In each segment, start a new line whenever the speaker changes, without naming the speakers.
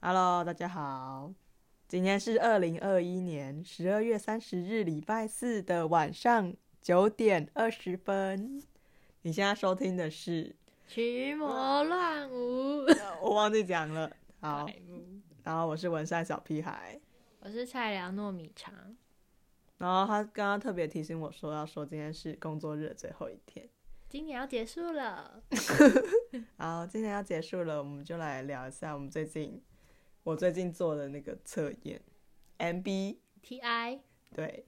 Hello，大家好，今天是二零二一年十二月三十日礼拜四的晚上九点二十分。你现在收听的是，
群魔乱舞。
我忘记讲了。好，
白目
然后我是文山小屁孩，
我是菜鸟糯米肠，
然后他刚刚特别提醒我说，要说今天是工作日的最后一天。
今年要结束了。
好，今天要结束了，我们就来聊一下我们最近我最近做的那个测验 MB
T I
对，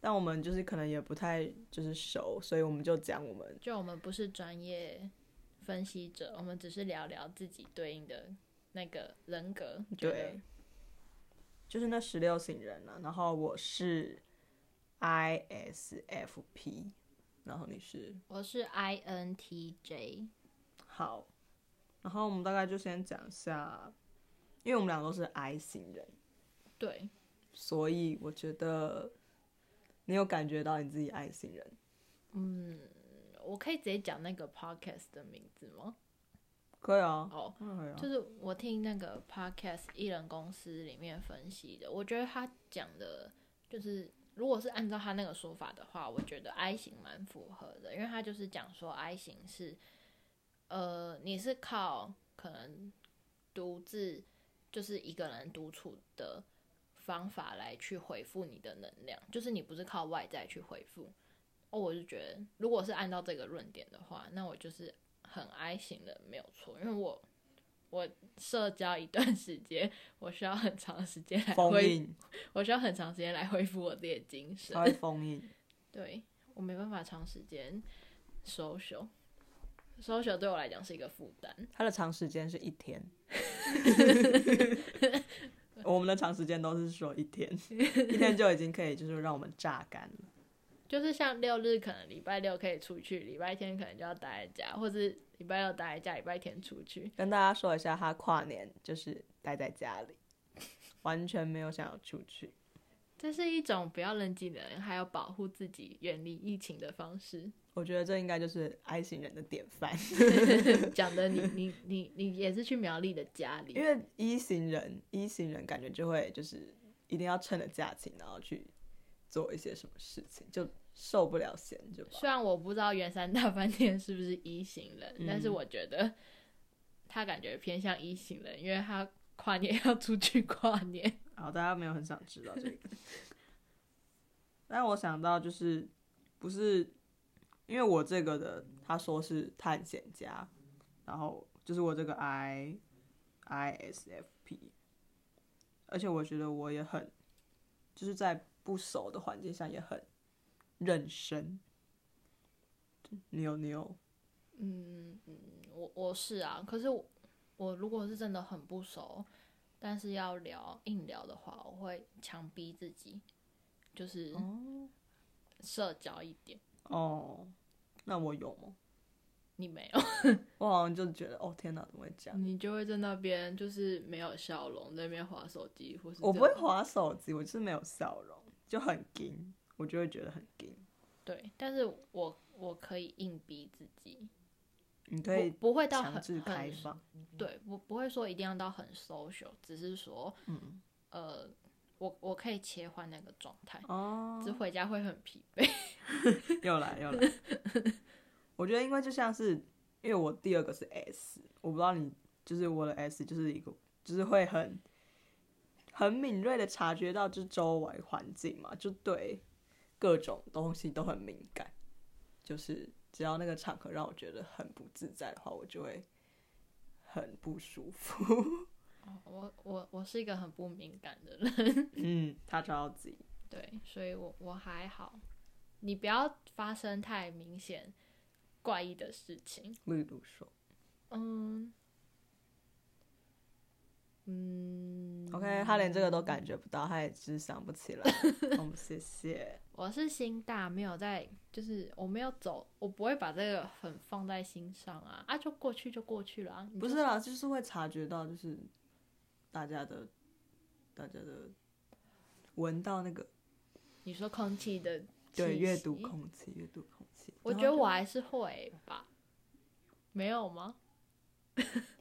但我们就是可能也不太就是熟，所以我们就讲我们
就我们不是专业分析者，我们只是聊聊自己对应的那个人格。觉得
对，就是那十六型人了、然后我是 ISFP，然后你是
我是 I N T J，
好，然后我们大概就先讲一下，因为我们俩都是 I 型人，
对，
所以我觉得你有感觉到你自己 I 型人，
我可以直接讲那个 podcast 的名字吗？
可以啊，
哦、
当然可以啊
就是我听那个 podcast 艺人公司里面分析的，我觉得他讲的，就是如果是按照他那个说法的话，我觉得 I 型蛮符合的，因为他就是讲说 I 型是，呃，你是靠可能独自就是一个人独处的方法来去回复你的能量，就是你不是靠外在去回复。哦，我就觉得，如果是按照这个论点的话，那我就是很 I 型的，没有错，因为我我社交一段时间，我需要很长时间来
封
恢，
印，
我需要很长时间来恢复我自己的精神
它。会封印。
对我没办法长时间 social。social 对我来讲是一个负担，
它的长时间是一天。我们的长时间都是说一天，一天就已经可以就是让我们榨干了。
就是像六日可能礼拜六可以出去，礼拜天可能就要待在家，或是礼拜六待在家，礼拜天出去。
跟大家说一下，他跨年就是待在家里，完全没有想要出去。
这是一种不要人挤人，还有保护自己远离疫情的方式。
我觉得这应该就是 I 型人的典范，
讲的你你你你也是去苗栗的家里
因，为一型人一型人感觉就会就是一定要趁着假期，然后去做一些什么事情，就受不了闲就吧。
虽然我不知道圆山大饭店是不是一型人，但是我觉得他感觉偏向一型人，因为他跨年 要出去跨年。
好，大家没有很想知道这个。 但我想到就是，不是因为我这个的，他说是探险家，然后就是我这个 I I S F P，而且我觉得我也很，就是在不熟的环境下也很认生。你有你有，
嗯我我是啊，可是我我如果是真的很不熟，但是要聊硬聊的话，我会强逼自己，就是社交一点。
哦，那我有吗？
你没有，
我好像就觉得，哦天哪，怎么会这样？
你就会在那边就是没有笑容，在那边划手机，或是
我不
这
会
样
划手机，我就是没有笑容，就很惊，我就会觉得很惊。
对，但是我我可以硬逼自己，
你可以
不不会到
强
很
制开嗯
很
放，
对，我不会说一定要到很 social，只是说，
嗯
呃，我我可以切换那个状态，
哦，
只回家会很疲惫。
又来又来。我觉得因为就像是，因为我第二个是 S，我不知道你就是我的 S 就是一个就是会很很敏锐的察觉到就是周围环境嘛，就对各种东西都很敏感，就是只要那个场合让我觉得很不自在的话，我就会很不舒服。
哦我我我是一个很不敏感的人，
嗯，他着急。
对，所以我我还好，你不要发生太明显怪异的事情。
例如说
嗯嗯，
，OK，他连这个都感觉不到，他也只是想不起来。 我们谢谢。
我是心大，没有在，就是我没有走，我不会把这个很放在心上啊啊，就过去就过去了、啊。你
不
就是
啦，就是会察觉到，就是大家的，大家的闻到那个
你说空气的
对
气
阅读
息
空气，阅读空气。
我
然
觉
后
得
就
我还是会吧，没有吗？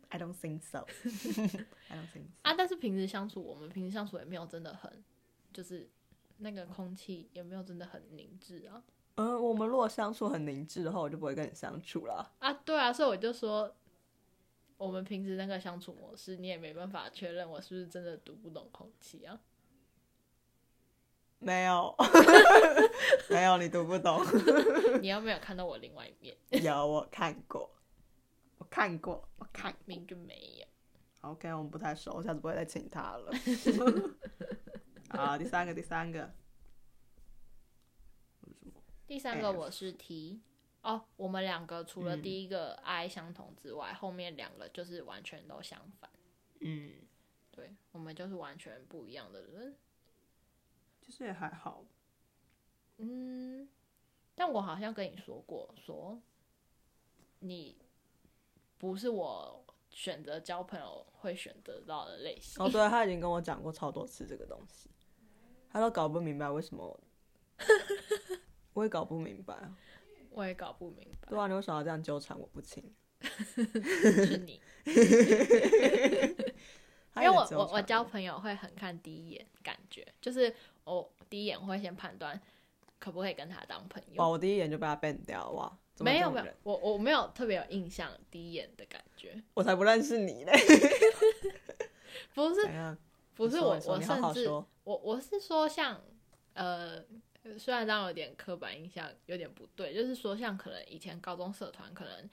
I don't think so. I don't think.
啊，但是平时相处，我们平时相处也没有真的很，就是那个空气也没有真的很凝滞啊
嗯，我们如果相处很凝滞的话，我就不会跟你相处了。
啊，对啊，所以我就说，我们平时那个相处模式，你也没办法确认我是不是真的读不懂空气啊。
没有， 没有，你读不懂。
你又没有看到我另外一面，
有，我看过，我看过，我看。
明明就没有。
OK，我们不太熟，我下次不会再请他 了。好，第三个，第三个，
第三个我是 T，哦，我们两个除了第一个 I 相同之外，后面两个就是完全都相反。
嗯，
对，我们就是完全不一样的人。
其实也还好。
嗯，但我好像跟你说过，说你不是我选择交朋友会选择到的类型。
哦，对，他已经跟我讲过超多次这个东西，他都搞不明白为什么我，我也搞不明白啊。
我也搞不明白，
对啊，你为什么要这样纠缠我不清？
是你，因
他
为
有
我
纠
我我
缠
交朋友会很看第一眼感觉，就是我第一眼会先判断可不可以跟他当朋
哇，
友。
我第一眼就被他 ban 掉哇！怎么
没有
哦这
没
种
有
人，，
我我没有特别有印象第一眼的感觉，
我才不认识你嘞！
不是
怎样？
不是
你说
我
你说
我
你好
甚
好
至
说，
我我是说像呃，虽然让我有点刻板印象，有点不对，就是说像可能以前高中社团可能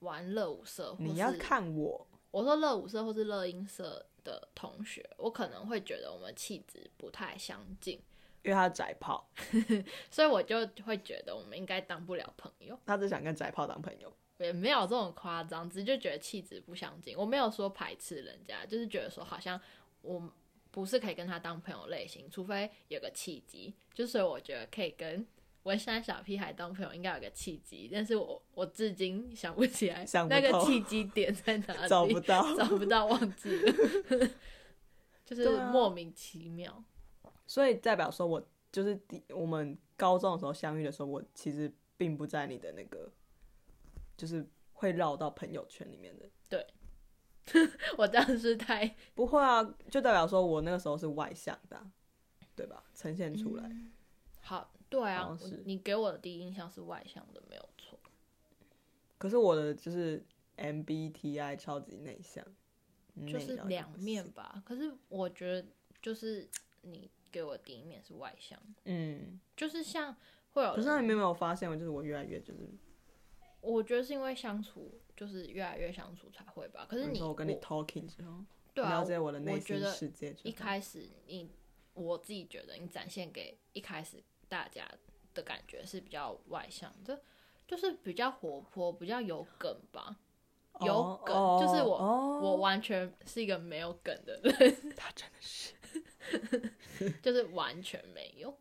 玩乐舞社，或
你要
是
看我，
我说乐舞社或是乐音社的同学，我可能会觉得我们气质不太相近，
因为他是宅炮，
所以我就会觉得我们应该当不了朋友，
他只想跟宅炮当朋友。
也没有这种夸张，只是就觉得气质不相近。我没有说排斥人家，就是觉得说好像我不是可以跟他当朋友类型，除非有个契机。就所以我觉得可以跟文山小屁孩当朋友应该有个契机，但是我我至今想不起来
想不
那个
透
契机点在哪 里，
找不到
啊找不到，忘记了，就是
对啊
莫名其妙。
所以代表说我就是第我们高中的时候相遇的时候，我其实并不在你的那个，就是会绕到朋友圈里面的。
我当时太
不会啊，就代表说我那个时候是外向的啊、对吧？呈现出
嗯
来。
好，对啊，
好像
我
是
你给我的第一印象是外向的，没有错。
可是我的就是 MBTI 超级内向，内
就是
到
两
不行
面。吧。可是我觉得，就是你给我第一面是外向，
嗯，
就是像会有
可是那
人，
你们有没有发现，我就是我越来越就是，
我觉得是因为相处，就是越来越相处才会吧。可是
比如
你
说我跟你
我
talking 之后，
对啊，
了解
我
我的内
觉
心
得
世界之
一
后，
开始你我自己觉得你展现给一开始大家的感觉是比较外向的，就是比较活泼，比较有梗吧。有梗，
哦
就是我、
哦
我完全是一个没有梗的人，
他真的是，
就是完全没有。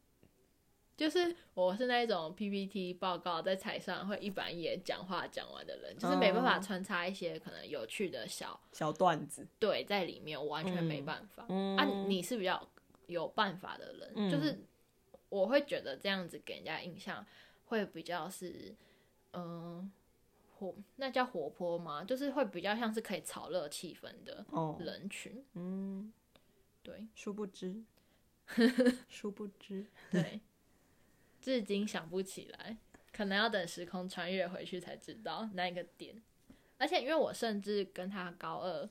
就是我是那一种 PPT 报告在台上会一板一眼讲话讲完的人，就是没办法
哦
穿插一些可能有趣的小
小段子，
对在里面，我完全没
嗯
办法。
嗯
啊，你是比较有办法的人，
嗯
就是我会觉得这样子给人家印象会比较是，嗯、活那叫活泼吗？就是会比较像是可以炒热气氛的
哦，
人群，
嗯，
对
殊不知， 殊不知，
对，至今想不起来，可能要等时空穿越回去才知道那一个点。而且因为我甚至跟他高二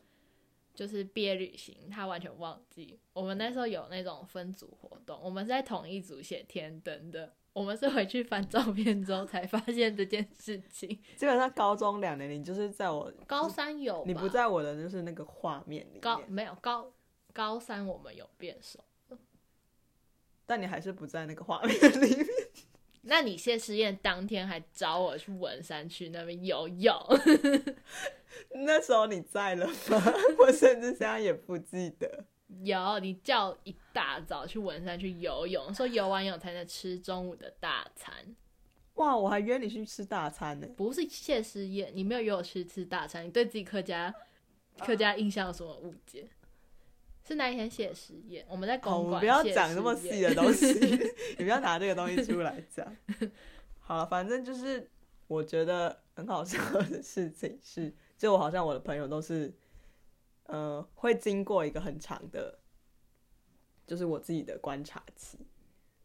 就是毕业旅行，他完全忘记。我们那时候有那种分组活动，我们是在同一组写天灯的。我们是回去翻照片之后才发现这件事情。
基本上高中两年，你就是在我，
高三有吧
你不在我的就是那个画面里
高
面，
没有高高三我们有变熟。
但你还是不在那个画面里面，
那你谢师宴当天还找我去文山区那边游泳，
那时候你在了吗？ 我甚至现在也不记得。
有，你叫我一大早去文山去游泳，说游完泳才能吃中午的大餐，
哇，我还约你去吃大餐呢。
不是谢师宴，你没有约我去吃大餐，你对自己客家客家印象有什么误解？是那一天谢师宴，我们在
哦，
公
我
馆、
们不要讲那么细啊的 东西，你不要拿这个东西出来讲。好了，反正就是我觉得很好笑的事情是，就我好像我的朋友都是呃，会经过一个很长的，就是我自己的观察期，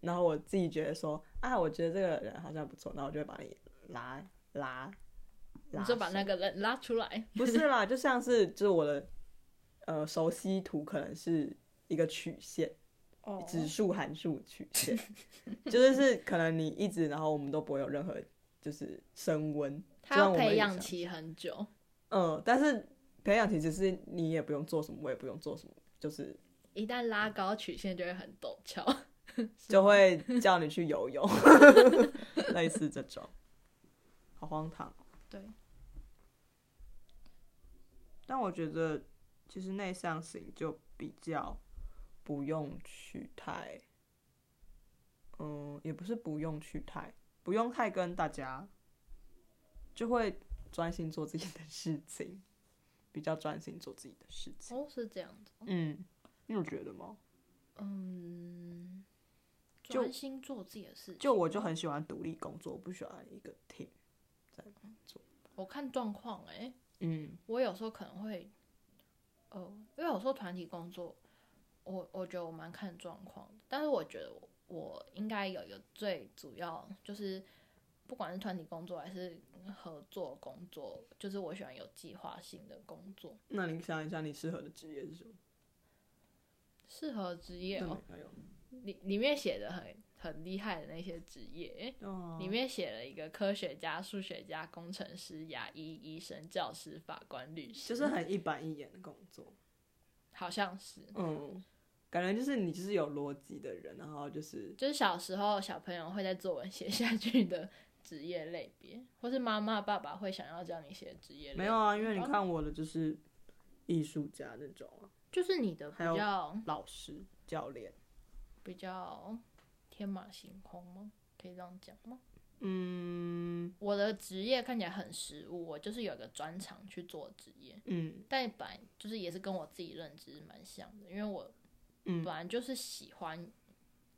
然后我自己觉得说啊，我觉得这个人好像不错，然后我就会把你拉拉拉
你
上，
就把那个人拉出来，
不是啦，就像是就是我的呃熟悉图可能是一个曲线，
哦
指数函数曲 线，就是是可能你一直，然后我们都不会有任何就是升温，
他
就像
要
我们
培
也
养
想
期很久，
嗯，但是培养其实是你也不用做什么，我也不用做什么，就是
一旦拉高曲线就会很陡峭。
就会叫你去游泳，类似这种，好荒唐。哦
对，
但我觉得其实内向型就比较不用去太，嗯，也不是不用去太，不用太跟大家，就会专心做自己的事情，比较专心做自己的事情。
哦，是这样子。
嗯，你有觉得吗？
嗯，
就
专心做自己的事情。
就我就很喜欢独立工作，我不喜欢一个 team。
我看状况哎，
嗯
我有时候可能会，呃，因为有时候团体工作，我我觉得我蛮看状况的，但是我觉得我我应该有一个最主要就是，不管是团体工作还是合作工作，就是我喜欢有计划性的工作，
那你想一下，你适合的职业是什么？
适合职业
那
哦，
没有
里里面写的很很厉害的那些职业，诶
哦
里面写了一个科学家、数学家、工程师、牙医、医生、教师、法官、律师，
就是很一板一眼的工作。
好像是。
嗯，感觉就是你就是有逻辑的人，然后就是
就是小时候小朋友会在作文写下去的职业类别，或是妈妈爸爸会想要叫你写职业类别
没有啊，因为你看我的就是艺术家那种啊，
就是你的比
还有
较
老师、教练，
比较天马行空吗？可以这样讲吗？
嗯
我的职业看起来很实务，我就是有一个专长去做职业，
嗯
但本来就是也是跟我自己认知蛮像的，因为我本
嗯
来就是喜欢，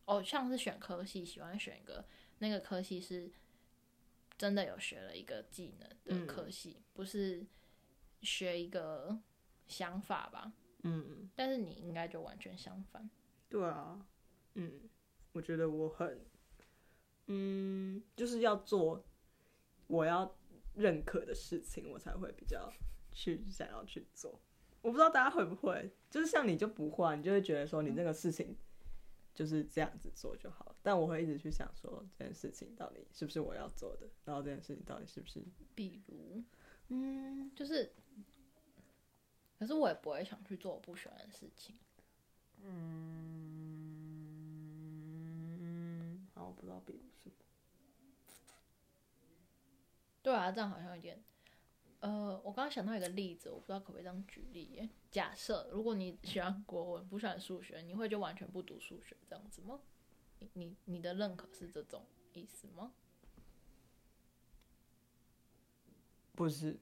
哦，像是选科系，喜欢选一个那个科系是真的有学了一个技能的科系，不是学一个想法吧？
嗯，
但是你应该就完全相反，
对啊，嗯，我觉得我很，嗯，就是要做我要认可的事情，我才会比较去想要去做。我不知道大家会不会，就是像你就不会啊，你就会觉得说你这个事情就是这样子做就好了。但我会一直去想说这件事情到底是不是我要做的，然后这件事情到底是不是
比如，嗯，就是，可是我也不会想去做我不喜欢的事情。
嗯，好，我不知道，比如什么，
对啊，这样好像有点。呃，我刚刚想到一个例子，我不知道可不可以这样举例耶。假设如果你喜欢国文，不喜欢数学，你会就完全不读数学这样子吗？你你你的认可是这种意思吗？
不是，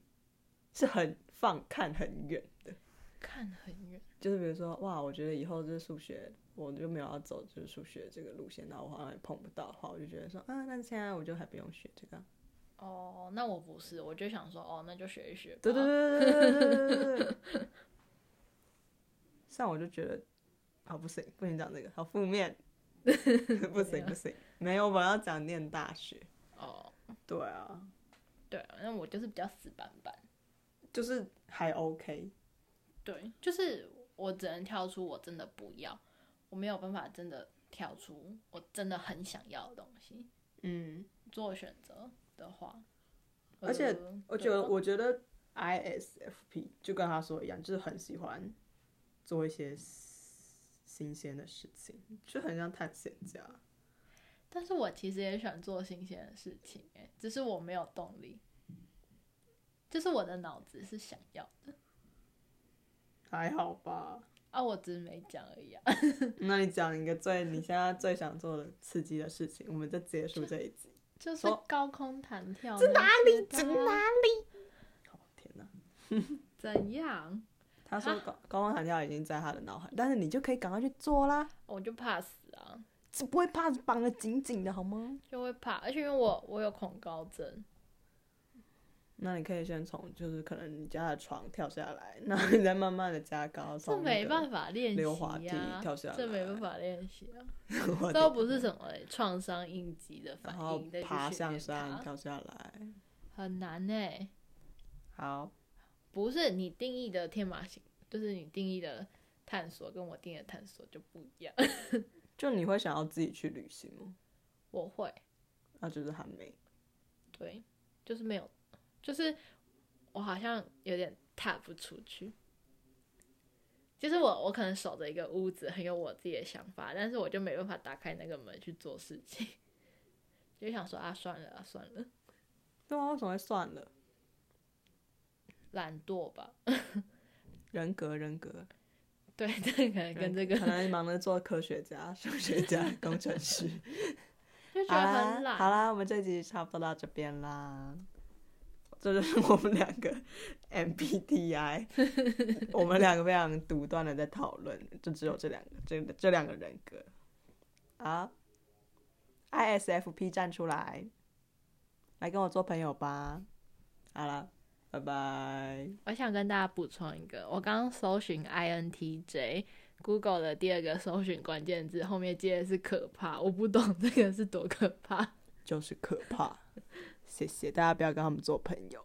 是很放看很远的。
看很远，
就是比如说，哇，我觉得以后就是数学，我就没有要走就是数学这个路线，然后我好像也碰不到的话，我就觉得说，啊，那现在我就还不用学这个啊。
哦，那我不是，我就想说，哦，那就学一学吧。
对对对对对对对对对对。 像我就觉得，好不行，不能讲这个，好负面， 不行不行，没有，我要讲念大学。
哦，
对啊，
对啊，那我就是比较死板板。
就是还 OK，
对，就是我只能跳出我真的不要，我没有办法真的跳出我真的很想要的东西。
嗯，
做选择的话，
而且
呃
我觉得，
对
我觉得 ISFP 就跟他说一样，就是很喜欢做一些 s- 新鲜的事情，就很像探险家。
但是我其实也喜欢做新鲜的事情，哎，只是我没有动力，就是我的脑子是想要的
还好 吧？
啊，我只是没讲而已啊。
那你讲一个最你现在最想做的刺激的事情，我们就结束这一 集。
就是
说
高空弹跳，这哪里？这哪？
哦天哪！
怎样？
他说高高空弹跳已经在他的脑海，但是你就可以赶快去做啦，
我就怕死啊，
是不会怕绑得紧紧的好吗？
就会怕，而且因为我我有恐高症，
那你可以先从就是可能你家的床跳下来，然后你再慢慢的加高，
这
从
没办
法，
法练
溜滑
习
梯
呀、
跳下来哦
这没办法练习啊，
我
这
的
又不是什么欸创伤应激的反
然后
应，再去
爬
训
上
练
山
它
跳下来，
很难呢、欸
好，
不是你定义的天马行，就是你定义的探索跟我定义的探索就不一样。
就你会想要自己去旅行吗？
我会，
那就是还没，
对，就是没有，就是我好像有点踏不出去。就是我，我可能守着一个屋子，很有我自己的想法，但是我就没办法打开那个门去做事情， 就想说啊，算了啊，算了，
对啊，为什么会算了？
懒惰吧。
人格，人格，
对，这个可能哎跟这个
可能忙着做科学家、 数学家、工程师。
就觉
好
得很
啦，啊好
懒。啊
啦，我们这集差不多到这边啦。这就是我们两个 MBTI，我们两个非常独断的在讨论，就只有这两个，这这两个人格。啊，ISFP 站出来，来跟我做朋友吧。好啦，拜拜。
我想跟大家补充一个，我刚刚搜寻 INTJ。Google 的第二个搜寻关键字后面接的是可怕，我不懂这个是多可怕。
就是可怕。谢谢大家，不要跟他们做朋友。